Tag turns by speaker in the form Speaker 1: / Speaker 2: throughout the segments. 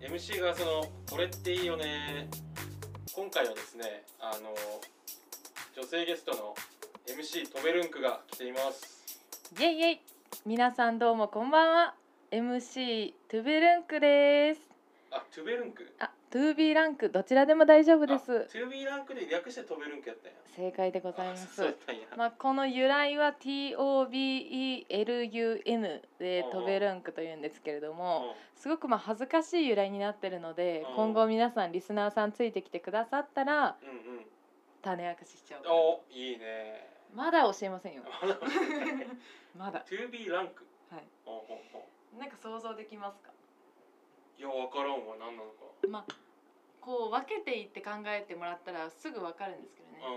Speaker 1: MC がその「これっていいよね」今回はですねあの女性ゲストの MC トベルンクが来ています
Speaker 2: イェイイェイ皆さんどうもこんばんは MC トゥベルンクです
Speaker 1: あトゥベルンク
Speaker 2: あ、トゥービーランクどちらでも大丈夫
Speaker 1: あ
Speaker 2: です
Speaker 1: トゥービーランクで略してトベルンクやったんや
Speaker 2: 正解でございま
Speaker 1: あそうや
Speaker 2: す
Speaker 1: ったんや、
Speaker 2: まあ、この由来は TOBELUN で
Speaker 1: うんうん
Speaker 2: トベルンクというんですけれども
Speaker 1: う
Speaker 2: すごくまあ恥ずかしい由来になってるので
Speaker 1: うん
Speaker 2: 今後皆さんリスナーさんついてきてくださったら
Speaker 1: んうんうん
Speaker 2: 種明かししちゃおうかな
Speaker 1: おいいね
Speaker 2: まだ教えませんよまだ
Speaker 1: 2B ランク
Speaker 2: は
Speaker 1: ほうほうほ
Speaker 2: いなんか想像できますか
Speaker 1: ういや分からんわ何なのか
Speaker 2: こう分けていって考えてもらったらすぐ分かるんですけどね
Speaker 1: あ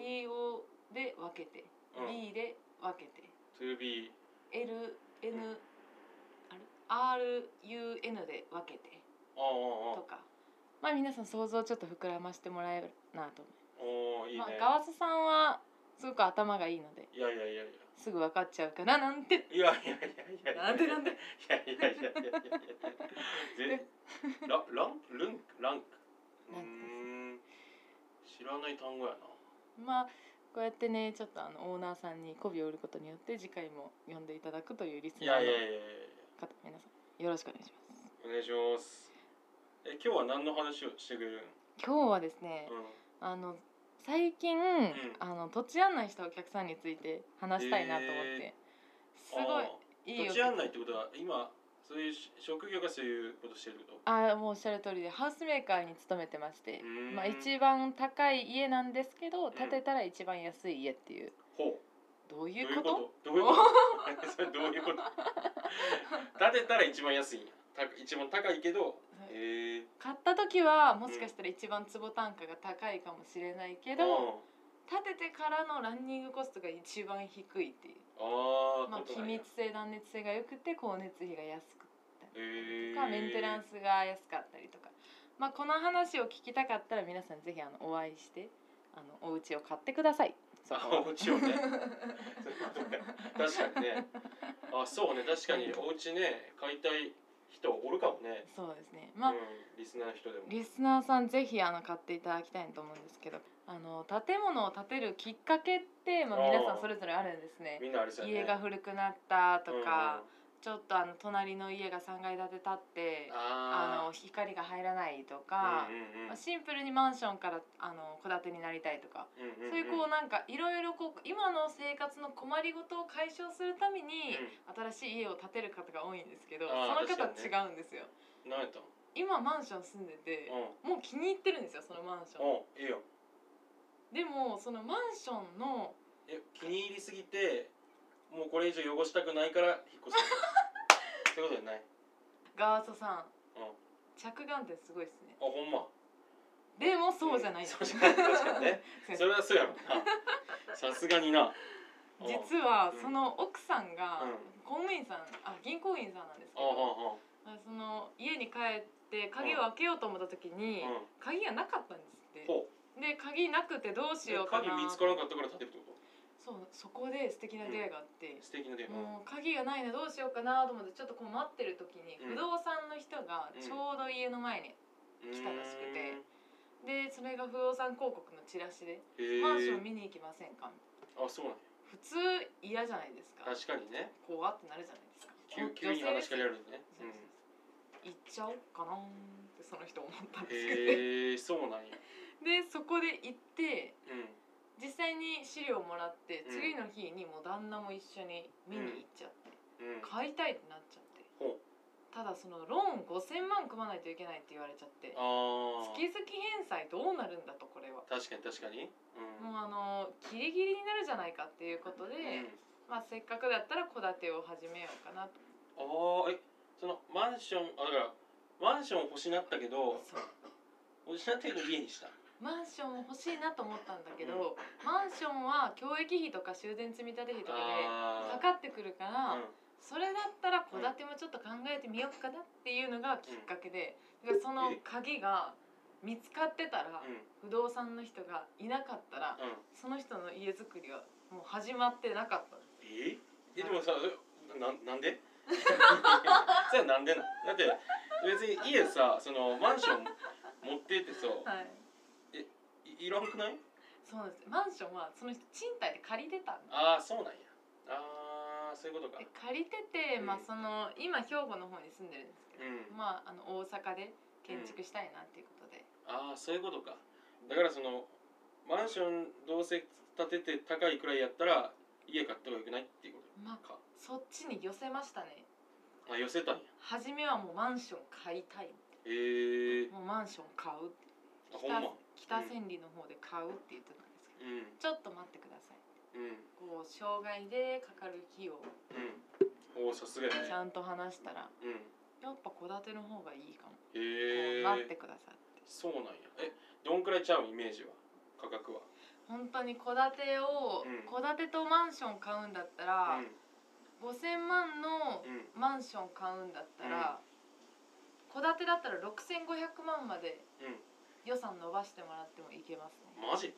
Speaker 1: ー
Speaker 2: TO で分けて、
Speaker 1: うん
Speaker 2: B で分けて
Speaker 1: 2B
Speaker 2: LN、
Speaker 1: うん
Speaker 2: あれ RUN で分けて
Speaker 1: ああ
Speaker 2: とかまあ皆さん想像をちょっと膨らましてもらえるなと思
Speaker 1: おーい
Speaker 2: う
Speaker 1: いね、
Speaker 2: まあ、ガワスさんはすごく頭がいいので
Speaker 1: いやいやいやいや
Speaker 2: すぐ分かっちゃうかななんて
Speaker 1: いやいやいやいや
Speaker 2: なんでなんで
Speaker 1: いやいやいやいやいやいやぜラランルンクランクうー
Speaker 2: ラ
Speaker 1: ん
Speaker 2: ンク
Speaker 1: 知らない単語やな
Speaker 2: まあこうやってねちょっとあのオーナーさんに媚びを売ることによって次回も呼んでいただくというリス
Speaker 1: い
Speaker 2: ナ
Speaker 1: や
Speaker 2: ー
Speaker 1: い
Speaker 2: の
Speaker 1: やいやいやいや
Speaker 2: 方皆さんよろしくお願いします
Speaker 1: お願いしますえ今日は何の話をしてくれるん
Speaker 2: 今日はですね
Speaker 1: うん
Speaker 2: あの最近、あの土地案内したお客さんについて話したいなと思って、すごいい
Speaker 1: あー
Speaker 2: いよ
Speaker 1: 土地案内ってことは今そういうし職業がそういうことしてるってこ
Speaker 2: ああもうおっしゃる通りでハウスメーカーに勤めてまして
Speaker 1: うーん
Speaker 2: まあ、一番高い家なんですけど
Speaker 1: ん
Speaker 2: 建てたら一番安い家っていう、
Speaker 1: とほう
Speaker 2: どう
Speaker 1: どういうこと
Speaker 2: いうこと
Speaker 1: どういうことそれどういうこと 建てたら一番安いんやた一番高いけど
Speaker 2: はい
Speaker 1: へえ
Speaker 2: 買った時はもしかしたら一番坪単価が高いかもしれない
Speaker 1: け
Speaker 2: けど、
Speaker 1: あ
Speaker 2: 建ててからのランニングコストが一番低いっていう、
Speaker 1: あー
Speaker 2: まあ、
Speaker 1: こと
Speaker 2: 気
Speaker 1: なんや
Speaker 2: 密性断熱性が良くて光熱費が安く
Speaker 1: へえ
Speaker 2: とかメンテナンスが安かったりとか、まあ、この話を聞きたかったら皆さんぜひあのお会いしてあのお家を買ってください。そ
Speaker 1: あ
Speaker 2: こ
Speaker 1: お家をね確かにねあそうね確かにお家ね買いたい人おるかもね、
Speaker 2: そうですね、まあ
Speaker 1: うん、リスナーの人でも
Speaker 2: リスナーさんぜひあの買っていただきたいと思うんですけどあの建物を建てるきっかけって、まあ、
Speaker 1: あー
Speaker 2: 皆さんそれぞれあるんですね。
Speaker 1: みんなあれさ、ね、
Speaker 2: 家が古くなったとか、ちょっとあの隣の家が3階建て建って
Speaker 1: うん、
Speaker 2: あ
Speaker 1: あ
Speaker 2: の光が入らないと
Speaker 1: あ
Speaker 2: か、まあシンプルにマンションからあの戸建てになりたいとか、そういうこうなんかいろいろこう今の生活の困りごとを解消するために新しい家を建てる方が多いんですけど、
Speaker 1: あー
Speaker 2: その方は
Speaker 1: 確
Speaker 2: 違うんですよ。
Speaker 1: うん、何やったの
Speaker 2: 今マンション住んでて、もう気に入ってるんですよそのマンショ
Speaker 1: うん
Speaker 2: ン。
Speaker 1: うんいいよ
Speaker 2: でもそのマンションの
Speaker 1: え気に入りすぎてもうこれ以上汚したくないから引っ越す そういうことじゃない
Speaker 2: ガーソさん
Speaker 1: うんあ
Speaker 2: 着眼点すごいですね。
Speaker 1: ほんま
Speaker 2: でもそうじゃないん
Speaker 1: ん
Speaker 2: です
Speaker 1: そうじゃない確かに ね
Speaker 2: そう
Speaker 1: それはそうやろなさすがになうん
Speaker 2: 実は
Speaker 1: うん
Speaker 2: その奥さんが
Speaker 1: うん
Speaker 2: 公務員さんあ銀行員さんなんですけ
Speaker 1: ああ
Speaker 2: ど、
Speaker 1: あ
Speaker 2: その家に帰って鍵を開けようと思った時に
Speaker 1: ああうん
Speaker 2: 鍵がなかったんですって。
Speaker 1: ほ
Speaker 2: で鍵なくてどう
Speaker 1: う
Speaker 2: し
Speaker 1: で
Speaker 2: ようかな
Speaker 1: 鍵見つからなかったから建てるってこ
Speaker 2: そうそこで素敵な出会いがあって
Speaker 1: と、素敵な出会いうん
Speaker 2: もう鍵がないなどうしようかなと思ってちょっとこう待ってる時に
Speaker 1: うん
Speaker 2: 不動産の人がちょうど家の前に、来たらしくてでそれが不動産広告のチラシで
Speaker 1: うー
Speaker 2: 「マンショ
Speaker 1: んへえ
Speaker 2: ン見に行きませんか?」
Speaker 1: あそうなんや
Speaker 2: 普通嫌じゃないですか
Speaker 1: 確かにね
Speaker 2: 怖ってなるじゃないですか
Speaker 1: 急
Speaker 2: お
Speaker 1: 急に
Speaker 2: 女性
Speaker 1: 話
Speaker 2: で
Speaker 1: し
Speaker 2: す
Speaker 1: かけられるのね
Speaker 2: そうそうそう行っちゃおうかなーってその人思ったん
Speaker 1: うん
Speaker 2: ですけど、ね、
Speaker 1: へえそうなんや
Speaker 2: でそこで行って
Speaker 1: うん
Speaker 2: 実際に資料もらって
Speaker 1: うん
Speaker 2: 次の日にもう旦那も一緒に見に行っちゃって、
Speaker 1: うん
Speaker 2: 買いたいってなっちゃって
Speaker 1: ほう
Speaker 2: ただそのローン5,000万組まないといけないって言われちゃって
Speaker 1: あ
Speaker 2: 月
Speaker 1: あ
Speaker 2: 々返済どうなるんだとこれは
Speaker 1: 確かに確かにうん
Speaker 2: もうあのギリギリになるじゃないかっていうことで、
Speaker 1: うん
Speaker 2: まあ、せっかくだったら戸建てを始めようかなと
Speaker 1: ああえそのマンションあだからマンション欲しなったけど
Speaker 2: そう
Speaker 1: 欲しなったけど家にした
Speaker 2: マンション欲しいなと思ったんだけど、マンションは教育費とか修繕積立費とかで
Speaker 1: あ
Speaker 2: か
Speaker 1: ー
Speaker 2: かってくるから、
Speaker 1: うん
Speaker 2: それだったら戸建てもちょっと考えてみようかなっていうのがきっかけで、だからその
Speaker 1: え
Speaker 2: 鍵が見つかってたら
Speaker 1: うん
Speaker 2: 不動産の人がいなかったら
Speaker 1: うん
Speaker 2: その人の家づくりはもう始まってなかったんです
Speaker 1: ええでもさなんなん でそれはなんでなんだって別に家さそのマンション持ってってさ
Speaker 2: はい
Speaker 1: いいらんくない
Speaker 2: そうなんですマンションはその人賃貸で借りてたんで
Speaker 1: ああそうなんやああそういうことか
Speaker 2: で借りてて、
Speaker 1: うん
Speaker 2: まあ、その今兵庫の方に住んでるんですけ
Speaker 1: う
Speaker 2: ど、
Speaker 1: ん
Speaker 2: まあ、あの大阪で建築したいなっていうことで、
Speaker 1: ああそういうことかだからそのマンションどうせ建てて高いくらいやったら家買った方がよくないっていうこ
Speaker 2: ま
Speaker 1: とか
Speaker 2: あそっちに寄せましたね
Speaker 1: あ寄せたんや
Speaker 2: 初めはもうマンション買いたい
Speaker 1: へえ
Speaker 2: もうマンション買う
Speaker 1: あほんま
Speaker 2: 北北千里の方で買うって言ってたんですけど、
Speaker 1: うん
Speaker 2: ちょっと待ってください
Speaker 1: うん
Speaker 2: こう障害でかかる費用
Speaker 1: うんおおさすがやね
Speaker 2: ちゃんと話したら
Speaker 1: うん
Speaker 2: やっぱ戸建ての方がいいかも、
Speaker 1: へ
Speaker 2: こうなっ
Speaker 1: え
Speaker 2: てくださいって
Speaker 1: そうなんやえどんくらいちゃうイメージは価格は
Speaker 2: 本当に戸建てを
Speaker 1: うん
Speaker 2: 戸、建てとマンション買うんだったら、5,000万の
Speaker 1: うんうん
Speaker 2: マンション買うんだったら戸、建てだったら6,500万まで予算伸ばしてもらってもいけます
Speaker 1: うん
Speaker 2: ね
Speaker 1: マジ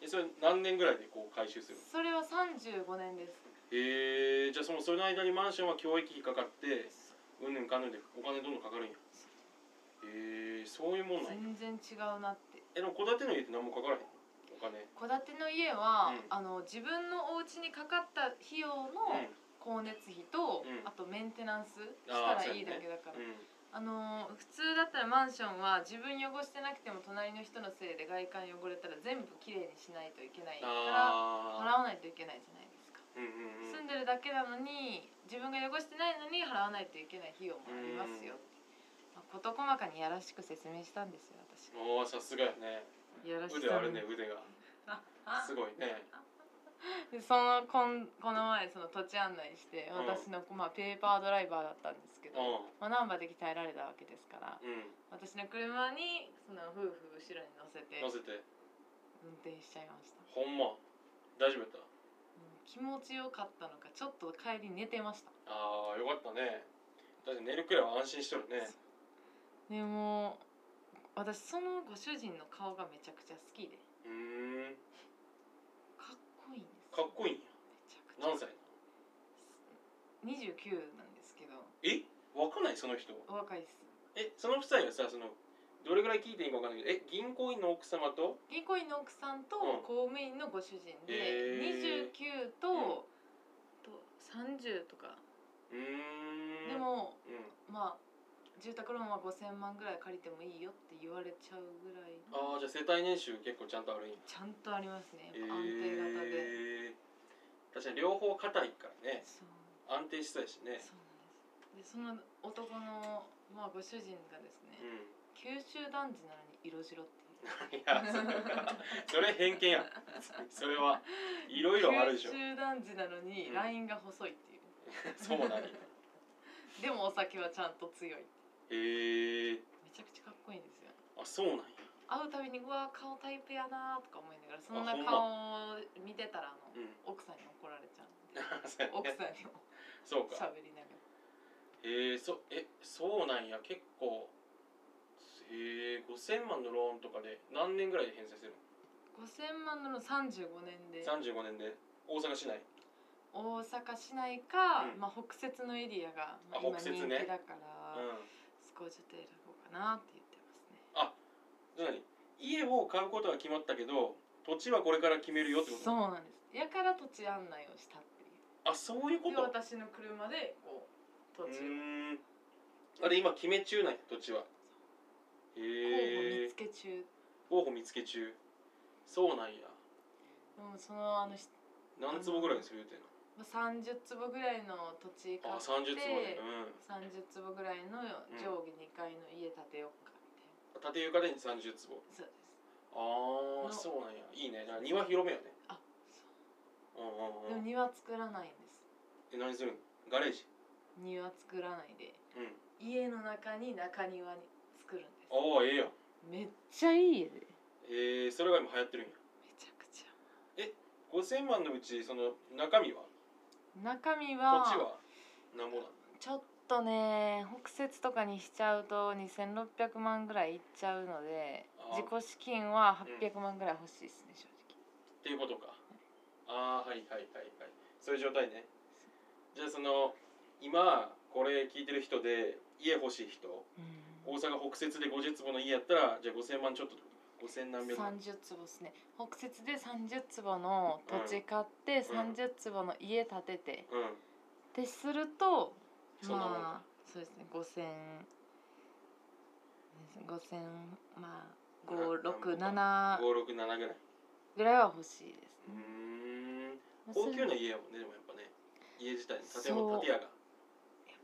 Speaker 1: えそれ何年ぐらいでこう回収する
Speaker 2: それは35年です
Speaker 1: へえじゃあそのその間にマンションは教育費かかってうんぬんかんぬんでお金どんどんかかるんやへえそういうもんなんや
Speaker 2: 全然違うなって
Speaker 1: えでも戸建ての家って何もかからへんのお金
Speaker 2: 戸建ての家は、
Speaker 1: うん
Speaker 2: あの自分のお家にかかった費用の光熱費と、
Speaker 1: うん
Speaker 2: あとメンテナンスし
Speaker 1: あ
Speaker 2: た
Speaker 1: ー
Speaker 2: ら
Speaker 1: そうやね
Speaker 2: いいだけだから
Speaker 1: うん、うん、
Speaker 2: あのー普通だったらマンションは自分汚してなくても隣の人のせいで外観汚れたら全部きれいにしないといけないから
Speaker 1: ああ
Speaker 2: 払わないといけないじゃないですか、
Speaker 1: うんうんうん
Speaker 2: 住んでるだけなのに自分が汚してないのに払わないといけない費用もありますよ、まあ、事細かにやらしく説明したんですよ私
Speaker 1: おーさすがやね
Speaker 2: やらし
Speaker 1: 腕
Speaker 2: さ
Speaker 1: あ
Speaker 2: に
Speaker 1: るね腕が
Speaker 2: あ
Speaker 1: すごいね
Speaker 2: でそのこんこの前その土地案内して
Speaker 1: うん
Speaker 2: 私の、まあ、ペーパードライバーだったんですけど、
Speaker 1: う
Speaker 2: まあ、ナンバーで鍛えられたわけですか
Speaker 1: ん
Speaker 2: ら
Speaker 1: うん
Speaker 2: 私の車にその夫婦後ろに乗せて
Speaker 1: 乗せて
Speaker 2: 運転しちゃいました、
Speaker 1: ほんま大丈夫やった
Speaker 2: うん気持ちよかったのかちょっと帰り寝てました
Speaker 1: ああよかったねだって寝るくらいは安心しとるね
Speaker 2: でも私そのご主人の顔がめちゃくちゃ好きで
Speaker 1: うーん
Speaker 2: かっこいいんです
Speaker 1: かっこいいんや
Speaker 2: めちゃ
Speaker 1: 何
Speaker 2: くちゃ
Speaker 1: 歳なの
Speaker 2: 29なんですけど
Speaker 1: え若ないその人
Speaker 2: お若いです
Speaker 1: えその夫妻はさそのどれぐらい聞いていいかわかんないけどえ銀行員の奥様と
Speaker 2: 銀行員の奥さんと
Speaker 1: うん
Speaker 2: 公務員のご主人で、
Speaker 1: へー
Speaker 2: 29と,、と30とか、
Speaker 1: うーん
Speaker 2: でも
Speaker 1: うん
Speaker 2: まあ住宅ローンは5,000万ぐらい借りてもいいよって言われちゃうぐらい
Speaker 1: ああじゃあ世帯年収結構ちゃんとあるんや
Speaker 2: ちゃんとありますねやっぱ安定型で、
Speaker 1: えー確かに両方硬いからね
Speaker 2: そう
Speaker 1: 安定しそうやしね
Speaker 2: そうなんですでその男の、まあ、ご主人がです
Speaker 1: うん
Speaker 2: ね、九州男児なのに色白 っていう
Speaker 1: いやそれ それ偏見やそれはいろいろあるでしょ
Speaker 2: 九州男児なのに
Speaker 1: うん
Speaker 2: ラインが細いっていう、
Speaker 1: そうなんや
Speaker 2: でもお酒はちゃんと強い
Speaker 1: へえ
Speaker 2: めちゃくちゃかっこいいんですよ
Speaker 1: あそうなんや
Speaker 2: 会うたびにうわ顔タイプやなとか思いながらそん
Speaker 1: あ
Speaker 2: な
Speaker 1: ほんま
Speaker 2: 顔を見てたらあの
Speaker 1: うん
Speaker 2: 奥さんに怒られちゃう
Speaker 1: そうや
Speaker 2: 奥
Speaker 1: ね
Speaker 2: さんにも
Speaker 1: そうか
Speaker 2: 喋りながら
Speaker 1: へえそえそうなんや結構へえ5000万のローンとかで何年ぐらいで返済する
Speaker 2: 5000万の35年で
Speaker 1: の35年で大阪市内
Speaker 2: 大阪市内か、
Speaker 1: うん
Speaker 2: まあ、北節のエリアが、ま
Speaker 1: あ
Speaker 2: あ、今
Speaker 1: 北
Speaker 2: 人
Speaker 1: 摂
Speaker 2: 気
Speaker 1: ね
Speaker 2: だか
Speaker 1: う
Speaker 2: ら、
Speaker 1: ん
Speaker 2: そこをちょっと選ぼうかなって言ってますね
Speaker 1: じゃあ何家を買うことは決まったけど土地はこれから決めるよってこと
Speaker 2: そうなんですやから土地案内をしたっていう
Speaker 1: あそういうこ
Speaker 2: で
Speaker 1: と
Speaker 2: 私の車でこう土
Speaker 1: う
Speaker 2: 地を
Speaker 1: ーんあれ今決め中なんや土地はへ
Speaker 2: 候補見
Speaker 1: え
Speaker 2: つけ中、
Speaker 1: 候補見つけ中そうなんや
Speaker 2: うん、そのあのし
Speaker 1: 何坪ぐらいにする予定
Speaker 2: まあ30坪ぐらいの土地
Speaker 1: なのあ
Speaker 2: 買っ
Speaker 1: 30坪で
Speaker 2: て
Speaker 1: う
Speaker 2: 30坪ぐらいの上下2階の家建てようかみたい
Speaker 1: ん縦床で30坪
Speaker 2: な、そうで
Speaker 1: あ
Speaker 2: の
Speaker 1: あそうなんやいいねだから庭広めやね
Speaker 2: あ
Speaker 1: うんう
Speaker 2: すで
Speaker 1: んう
Speaker 2: も
Speaker 1: ん
Speaker 2: 庭作らないんです
Speaker 1: え何するんガレージ
Speaker 2: 庭作らないで
Speaker 1: うん
Speaker 2: 家の中に中庭に作るんです
Speaker 1: ああええやん
Speaker 2: めっちゃいい家でめ
Speaker 1: えー、それが今流行ってるんや
Speaker 2: ちゃくちゃ
Speaker 1: 5000万のうちその中身は
Speaker 2: 中
Speaker 1: 土
Speaker 2: 身
Speaker 1: 地
Speaker 2: は
Speaker 1: はなんぼなの
Speaker 2: ちょっとね北節とかにしちゃうと2600万ぐらいいっちゃうので
Speaker 1: あ
Speaker 2: 自己資金は800万ぐらい欲しいですね正直
Speaker 1: っていうことかああはいはいはいはいそういう状態ねじゃあその今これ聞いてる人で家欲しい人大阪北節で50坪の家やったらじゃあ5000万ちょっと5000何百万
Speaker 2: 30坪ですね北節で30坪の土地買って
Speaker 1: うんうん
Speaker 2: 30坪の家建てて
Speaker 1: うん
Speaker 2: ってすると
Speaker 1: そんなもんか
Speaker 2: まあそうですね5000 5000まあ567
Speaker 1: 567ぐらいう
Speaker 2: ぐらいは欲しいです
Speaker 1: ーん
Speaker 2: ねまあそ
Speaker 1: 高
Speaker 2: れ
Speaker 1: 級な家やもんねでもやっぱね家自体
Speaker 2: そう
Speaker 1: 建物建屋が
Speaker 2: やっ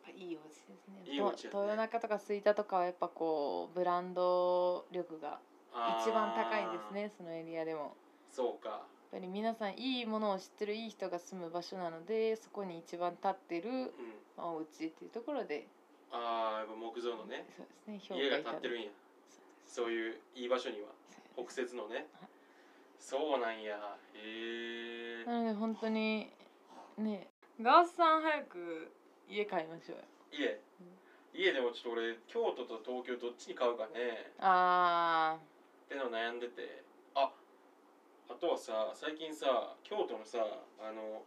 Speaker 2: ぱいいお家ですね
Speaker 1: いいお家やね
Speaker 2: と豊中とか吹田とかはやっぱこうブランド力が
Speaker 1: あー
Speaker 2: 一番高いんですねそのエリアでもやっ
Speaker 1: そうか
Speaker 2: ぱり皆さんいいものを知ってるいい人が住む場所なのでそこに一番立ってる
Speaker 1: うん
Speaker 2: まあお家っていうところで
Speaker 1: ああやっぱ木造のね
Speaker 2: そうですね評価
Speaker 1: 家
Speaker 2: い
Speaker 1: が
Speaker 2: た
Speaker 1: 建っ
Speaker 2: だ
Speaker 1: てるんやそういういい場所には北節のね
Speaker 2: はい
Speaker 1: そうなんやへえ
Speaker 2: なので本当にねガースさん早く家買いましょうよ
Speaker 1: 家家でもちょっと俺京都と東京どっちに買うかね
Speaker 2: あ
Speaker 1: っての悩んでてああとはさ最近さ京都のさあの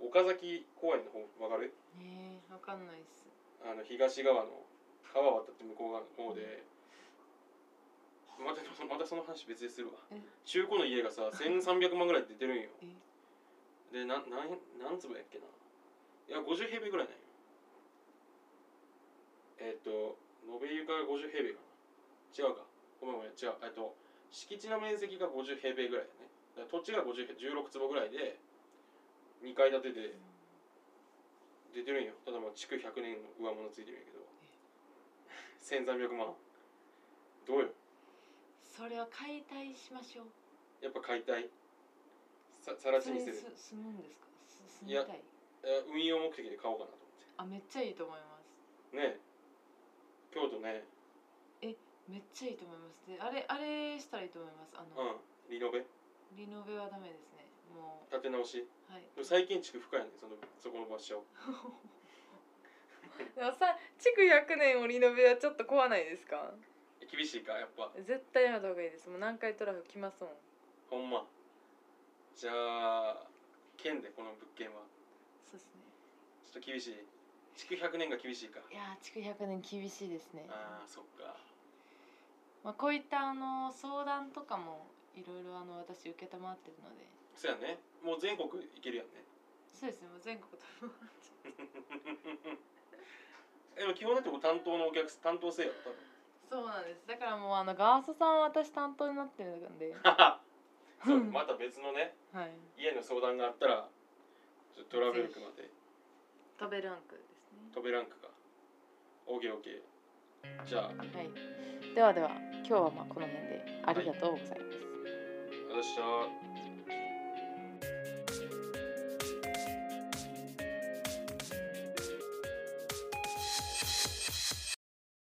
Speaker 1: 岡崎公園の方わかる
Speaker 2: ーねえわかんないっす
Speaker 1: あの東側の川渡って向こう側の方でまたまたその話別にするわ
Speaker 2: え
Speaker 1: 中古の家がさ1300万ぐら い出てるんよ
Speaker 2: え
Speaker 1: でなんなん何坪やっけないや50平米ぐらいなんよえっ、と延べ床が50平米かな違うかごめんごめん違うえっと敷地の面積が50平米ぐらいだねだから土地が50 16坪ぐらいで2階建てで出てるんよただまあ築100年の上物ついてるんやけど1300万どうよ
Speaker 2: それは解体しましょう
Speaker 1: やっぱ解体ささら地
Speaker 2: それ
Speaker 1: に
Speaker 2: に
Speaker 1: する
Speaker 2: す住むんですかす住
Speaker 1: いや
Speaker 2: みたい
Speaker 1: え運用目的で買おうかなと
Speaker 2: あめっちゃいいと思います
Speaker 1: 思ってねえ京都ね
Speaker 2: めっちゃいいと思いますであれあれしたらいいと思いますあの、
Speaker 1: うんリノベ
Speaker 2: リノベはダメですねも
Speaker 1: 立て直し
Speaker 2: うはい
Speaker 1: でも最近築深いねそのそこの場所
Speaker 2: でもさ築100年をリノベはちょっと怖ないですか
Speaker 1: 厳しいかやっぱ
Speaker 2: 絶対やめた方がいいですもう何回トラフ来ますもん
Speaker 1: ほんまじゃあ県でこの物件は
Speaker 2: そうですね
Speaker 1: ちょっと厳しい築100年が厳しいか
Speaker 2: いやー築100年厳しいですね
Speaker 1: ああそっか
Speaker 2: まあ、こういったあの相談とかもいろいろあの私承ってるので
Speaker 1: そやねもう全国行けるやんね
Speaker 2: そうですねもう全国とも
Speaker 1: でも基本だってもう担当のお客さん担当せよ多分
Speaker 2: そうなんですだからもうあのガーソさんは私担当になってるんで
Speaker 1: そうねまた別のね
Speaker 2: はい
Speaker 1: 家の相談があったらちょっとトラベルクまで
Speaker 2: 食べランクで
Speaker 1: 飛べランクか OKOK じゃあ
Speaker 2: すねはいではでは今日はまあこの辺でありがとうございます、
Speaker 1: 私は